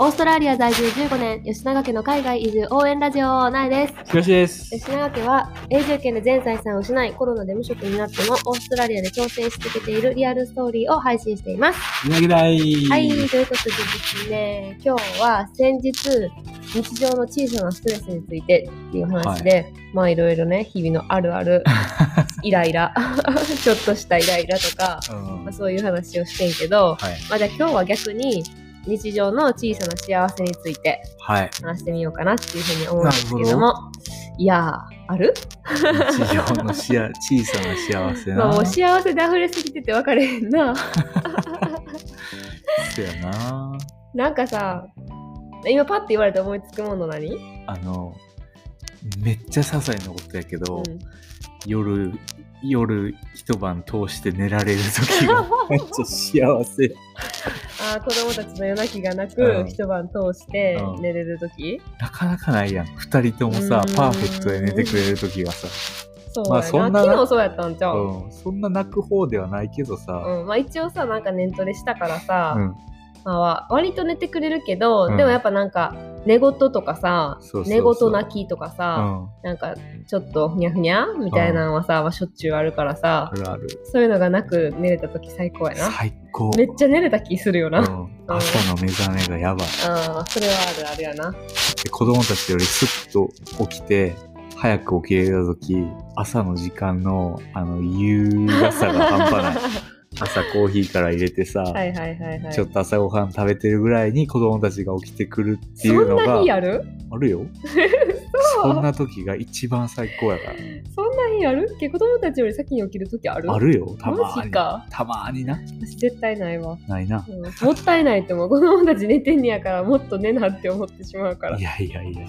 オーストラリア在住15年、吉永家の海外移住応援ラジオ、なえです。東です。吉永家は永住権で全財産を失いコロナで無職になってもオーストラリアで挑戦し続けているリアルストーリーを配信しています。うなぎだい。はい、ということでですね、今日は先日日常の小さなストレスについてっていう話で、まあいろいろね、日々のあるある、イライラ、 ちょっとしたイライラとか、うんまはあ、い。そういう話をしてんけど、まあじゃあ今日は逆に日常の小さな幸せについてはい。話してみようかなっていうふうに思うんですけれども、いやー、ある日常のしあ小さな幸せまあ、な。もう幸せで溢れすぎてて分かれへんな。 そうやな。なんかさ、今パッて言われて思いつくもの何、うあの、めっちゃ些細なことやけど、ん、夜、夜一晩通して寝られる 時がめっちゃ幸せ。あー子供たちの夜泣きがなく、うん一晩通してうん寝れる時、なかなかないやん。二人ともさうん、パーフェクトで寝てくれる時がさ、そうまあやそな,、んな昨日そうやったんちゃう、うん、そんな泣く方ではないけどうさ、んまあ、一応さなんか念トレしたからさ、うん、まあわ、割と寝てくれるけど、うんでもやっぱなんか寝言とかさそうそうそう寝言泣きとかうさ、ん、なんかちょっとふにゃふにゃみたいなのはさ、まあ、しょっちゅうあるからあさるある。そういうのがなく寝れた時最高やな最高。めっちゃ寝れた気するよな、うん、朝の目覚めがやばい。ああ、それはあるあるやな。で子供たちよりスッと起きて、早く起きれた時、朝の時間の、あの、優雅さが半 端ない。朝コーヒーから入れてさ、はいはいはいはい。ちょっと朝ごはん食べてるぐらいに子供たちが起きてくるっていうのそんなが日、あるあるよ。そそんんなな時が一番最高やから。そんな日あるっけ子供たちより先に起きる時あるあるよ、たまマジに。か。たまにな。私絶対ないわ、ないなう。んもったいないって思う。子供たち寝てんねやから、もっと寝なって思ってしまうからい。やいやいや。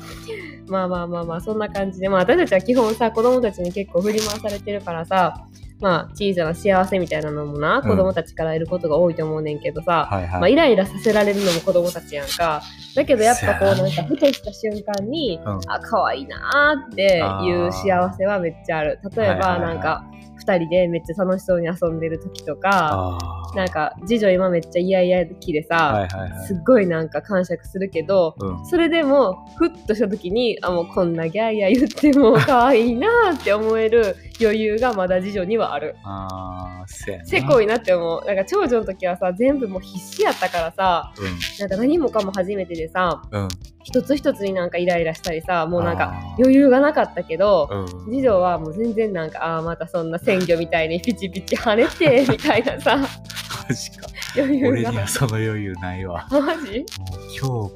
まあまあまあまあ、そんな感じで。まあ私たちは基本さ、子供たちに結構振り回されてるからさ、まあ小さな幸せみたいなのもな、うん子供たちから得ることが多いと思うねんけどさ、はいまあ、はい。イライラさせられるのも子供たちやんか。だけどやっぱこうせやななんかふとした瞬間に、うんあ、可愛いなーっていう幸せはめっちゃある。例えはばいはいはないんか二人でめっちゃ楽しそうに遊んでる時とか、あーなんか次女今めっちゃイヤイヤ気でさ、はいはいはい。すっごいなんか感触するけど、うん。それでもふっとした時に、あ、もうこんなギャーギャー言って も可愛いなーって思える余裕がまだ次女にはある。あー、せやな。せこいなって思う。なんか長女の時はさ、全部もう必死やったからさ、なんか何もかも初めてでさうん。うん。一つ一つになんかイライラしたりさもうなんかあー余裕がなかったけどうん次女はもう全然なんかああーまたそんな鮮魚みたいにピチピチ跳ね てみたいなさマジか。余裕俺がにはその余裕ないわ。あマジもう今日も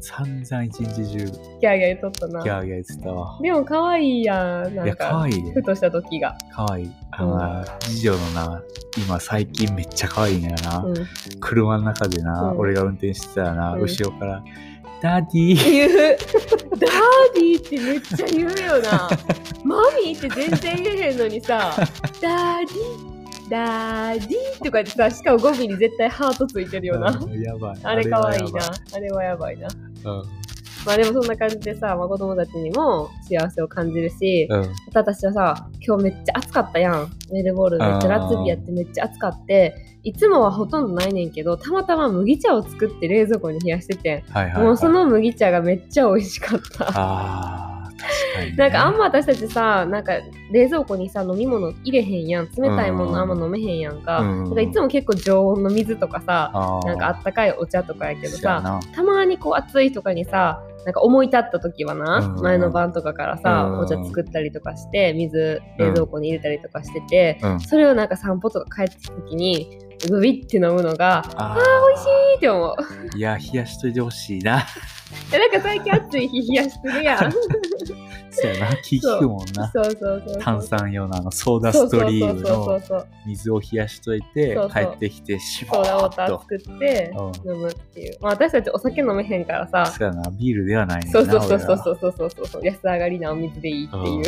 散々一日中ギギャーギャー言っとったなャーギャー言ってたわ。でも可愛いやんないや、ん可か愛いねふ。とした時が、可愛い。あのな、次女のな、今最近めっちゃ可愛いのよな。うん、車の中でな、うん俺が運転してたらな、うん後ろから、ダディ言うダーディーってめっちゃ言うよなマミーって全然言えへんのにさダーディーダーディーとか言ってさしかも語尾に絶対ハートついてるよなうんやばい。あれかわいいなは。あれはやばいな。やばい。まあでもそんな感じでさ、まあ、子供たちにも幸せを感じるし、うん。うん。また私はさ、今日めっちゃ暑かったやん。メルボルンめっちゃラッツビアってめっちゃ暑かって、いつもはほとんどないねんけど、たまたま麦茶を作って冷蔵庫に冷やしてて、はいはい、はい。もうその麦茶がめっちゃ美味しかった。あー、確かに、ね。なんかあんま私たちさ、なんか冷蔵庫にさ、飲み物入れへんやん。冷たいものあんま飲めへんやんか。うんなんかいつも結構常温の水とかさ、あーなんかあったかいお茶とかやけどそうやさ、なたまにこう暑いとかにさなんか思い立った時はな、うん前の晩とかからさ、うんお茶作ったりとかして水冷蔵庫に入れたりとかしてて、うん。それをなんか散歩とか帰ってきた時にグビって飲むのがあー、美味しいって思うい。いや、冷やしといてほしいな。 えなんか最近暑い日冷やしてるやんそうそうやな。気利くもんな。そうそうそう炭酸用のあのソーダそうスそトうリそーうムそうのそう水を冷やしといてそうそ帰うってきてしソぼーダウォーータっーと。作ってう飲むっていう、まあ、私たちお酒飲めへんからさそうやな、ビールではないねんそなうそうそうそうう。そうそうそう安上がりなお水でいいっていう、うん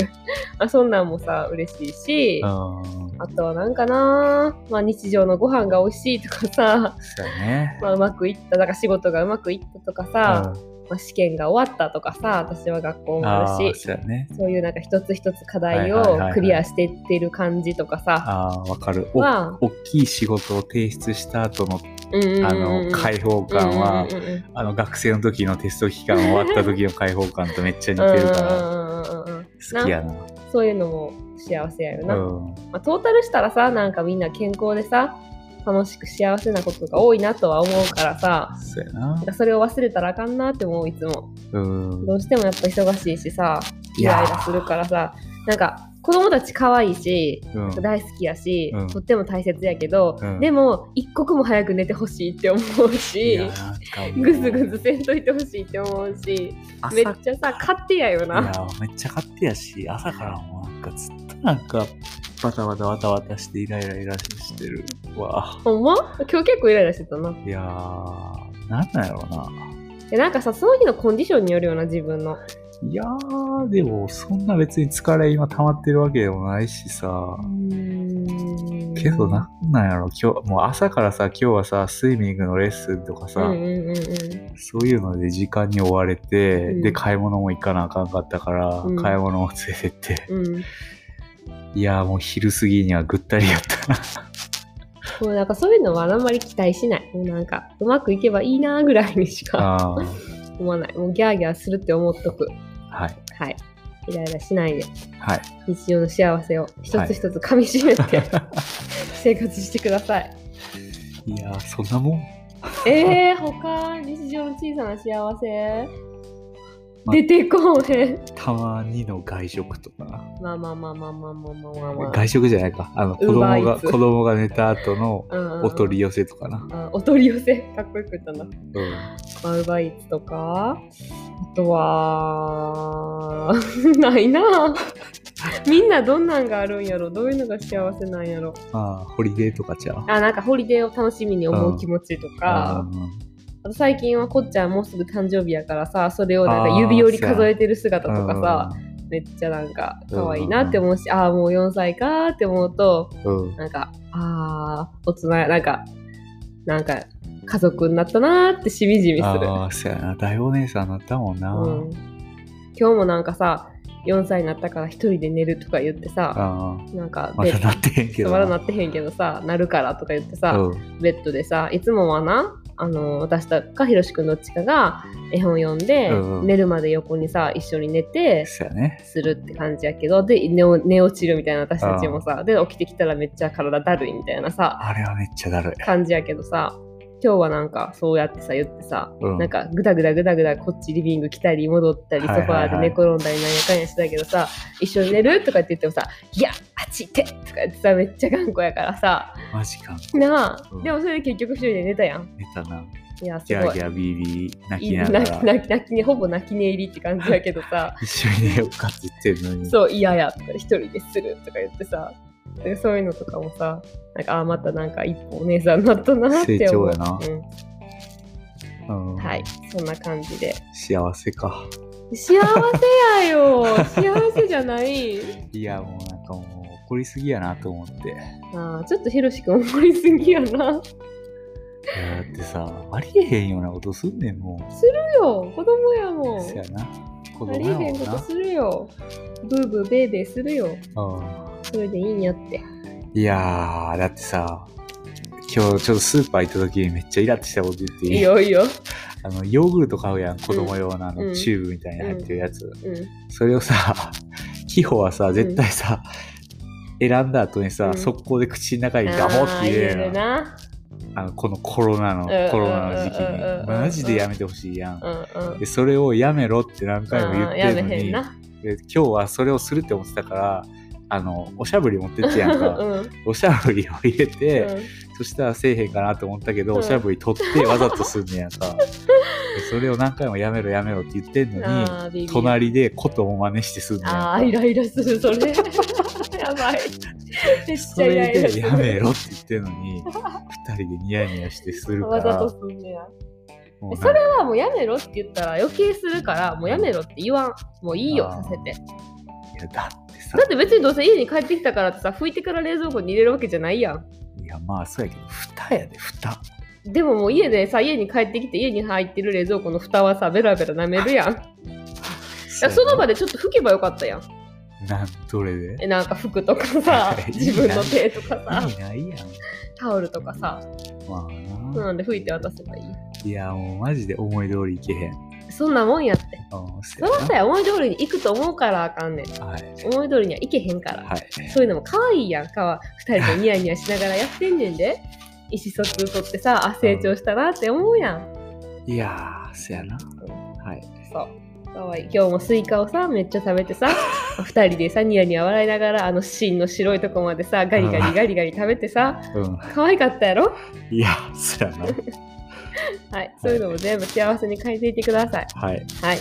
あそんなんもさ嬉しいし、俺らはうん。あとはなんかなまあ日常のご飯が美味しいとかさ、そうやね。まあ、うまくいっただから仕事がうまくいったとかさ、まあ、試験が終わったとかさ私は学校うんもああるー、しそうやね。そういうなんか一つ一つ課題はいはいをはいはいクリアしていってる感じとかさああ、わかる。おは大きい仕事を提出した後のあの解放感はあの学生の時のテスト期間終わった時の解放感とめっちゃ似てるからら好きやな。そういうのも幸せやような、ん、まあ、トータルしたらさなんかみんな健康でさ楽しく幸せなことが多いなとは思うからさそうやななん。かそれを忘れたらあかんなって思ういつもうんど。うしてもやっぱ忙しいしさいイやーライラするからさなんか子供たち可愛いしうん大好きやし、うんとっても大切やけど、うんでも一刻も早く寝てほしいって思ういしやなんかもうぐずぐずせんといてほしいって思うし朝めっちゃさ勝手やよいやな。めっちゃ勝手やし朝からもうなんかずっとなんかバタバタバタバタしてイライライラしてるわほんま今日結構イライラしてたないやーなんなんやろうなでなんかさその日のコンディションによるような自分のいやーでもそんな別に疲れ今溜まってるわけでもないしさけどなんなんやろ今日もう朝からさ今日はさスイミングのレッスンとかさ、うんうんうんうんそういうので時間に追われて、うんで買い物も行かなあかんかったから、うん買い物を連れてってうん、いやーもう昼過ぎにはぐったりやったなもうなんかそういうのはあんまり期待しないもうなんかうまくいけばいいなぐらいにしかあ ー思わないもうギャーギャーするって思っとくはいはいイライラしないではい日常の幸せを一つ一つ噛みしめて、生活してくださいいやーそんなもんえー、他日常の小さな幸せ、ま出てこへんたまにの外食とか、まあまあまあまあまあまあまあまあまあ外食じゃないかあの子 Uber 供が Eats 子供が寝た後のうんうんうんお取り寄せとかな、あお取り寄せかっこよく言ったなうんまあ、ウーバーイーツとか、あとは、 ないなぁみんなどんなんがあるんやろどういうのが幸せなんやろまあホリデーとかじゃうあ、なんかホリデーを楽しみに思う気持ちとか、うんあと最近はこっちゃんもうすぐ誕生日やからさ、それをなんか指折り数えてる姿とかさ、めっちゃなんか可愛いなって思うし、ああ、もう4歳かーって思うと、うんうんなんか、ああ、大人や、なんか、なんか家族になったなーってしみじみする。ああそうやな大お姉さんなったもんな、うん、今日もなんかさ4歳になったから一人で寝るとか言ってさあーなんかまベだッなってへんけドどまだなってへんけどさなるからとか言ってさ、うんベッドでさいつもはなあの私とかひろしくんどっちかが絵本読んで、うんうん寝るまで横にさ一緒に寝てそうやねするって感じやけどで寝お寝落ちるみたいな私たちもさで起きてきたらめっちゃ体だるいみたいなさあれはめっちゃだるい感じやけどさ今日はなんかそうやってさ言ってさ、うんなんかグダグダグダグダこっちリビング来たり戻ったりソフはいはいはいァーで寝転んだりなんやかんやしてたけどさ、一緒に寝るとかって言ってもさ「いやあっち行って!」とか言ってさめっちゃ頑固やからさマジかなあ、うんでもそれで結局一人で寝たやん寝たないやすギャごーギいャービービー泣いきいなが泣きら泣き泣きにほぼ泣き寝入りって感じやけどさ一緒に寝ようかって言ってるのにそう嫌やとか一人でするとか言ってさでそういうのとかもさなんかああまたなんか一歩お姉さんになったなって思う成長やなうんうんはい、そんな感じで。幸せか幸せやよ幸せじゃないいやもうなんかもう怒りすぎやなと思って。いあーちょっとひろしくん怒りすぎやな。やだってさ、ありえへんようなことすんねんもよ、子供やもう。ん。そやな。子あ供りやえへんもんことな。するよ。ブーブーベーベーするよ。うそれでいいんやって。んいやー、だってさ、今日ちょっとスーパー行った時にめっちゃイラッとしたこと言っていいいいよいいよ。あのヨーグルト買うやん、子供用のあうのんチューブみたいに入ってるやつ。うん。それをさ、キホはさ、絶対さ、選んだ後にさ、うん速攻で口の中にガあモってー入れ入るれるのな。あのこのコロナの、うんコロナの時期うんうんうんうんに。マジでやめてほしいやんう。んうんで。それをやめろって何回も言っあーてやるめのへんにな。で今日はそれをするって思ってたからあのおしゃぶり持ってってやんうかんうんおしゃぶりを入れて、そしたらせえへんかなと思ったけど、うんおしゃぶり取ってわざとすんねやんかでそれを何回もやめろやめろって言ってんのにあービビる隣でことも真似してすんねやんあかーイライラするそれ やばいめっそちゃイラれイラすでるやめろって言ってんのに二人でニヤニヤしてするかわざらとすんねやもうそれはもうやめろって言ったら余計するからもうやめろって言わんもういいよあーさせていやだってさだって別にどうせ家に帰ってきたからってさ拭いてから冷蔵庫に入れるわけじゃないやんいやまあそうやけど蓋やで蓋でももう家でさ家に帰ってきて家に入ってる冷蔵庫の蓋はさベラベラ舐めるやんいやその場でちょっと拭けばよかったやんなんどれで えなんか服とかさ自分の手とか意さ味ないやんタタオルとかさ、まあそうななんで拭いて渡せばいい。いや、もうマジで思い通りいけへん。うんそんなもんやって。せそやうなさえ思い通りに行くと思うからあかんねん。はい。思い通りには行けへんから。はい。そういうのも可愛いやんかわ。二人でニヤニヤしながらやってんねんで。意思疎通とってさ、あ、成長したなって思うやん。いやー、せやな。はい。そう。可愛い今日もスイカをさ、めっちゃ食べて さ、二人でさ、ニヤニヤ笑いながら、あの芯の白いとこまでさ、ガリガリガリガリ食べてさ、うん。可愛かったやろいや、せやな。はい。そういうのも全部幸せに変えていってください。はい。はい。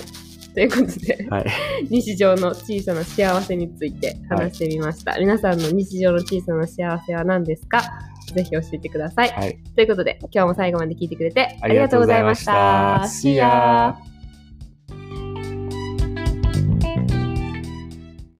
ということで、はい。日常の小さな幸せについて話してみました。皆さんの日常の小さな幸せは何ですかぜひ教えてください。はい。ということで、今日も最後まで聞いてくれてあありりががととうごうござざいいままししたた。。 See ya.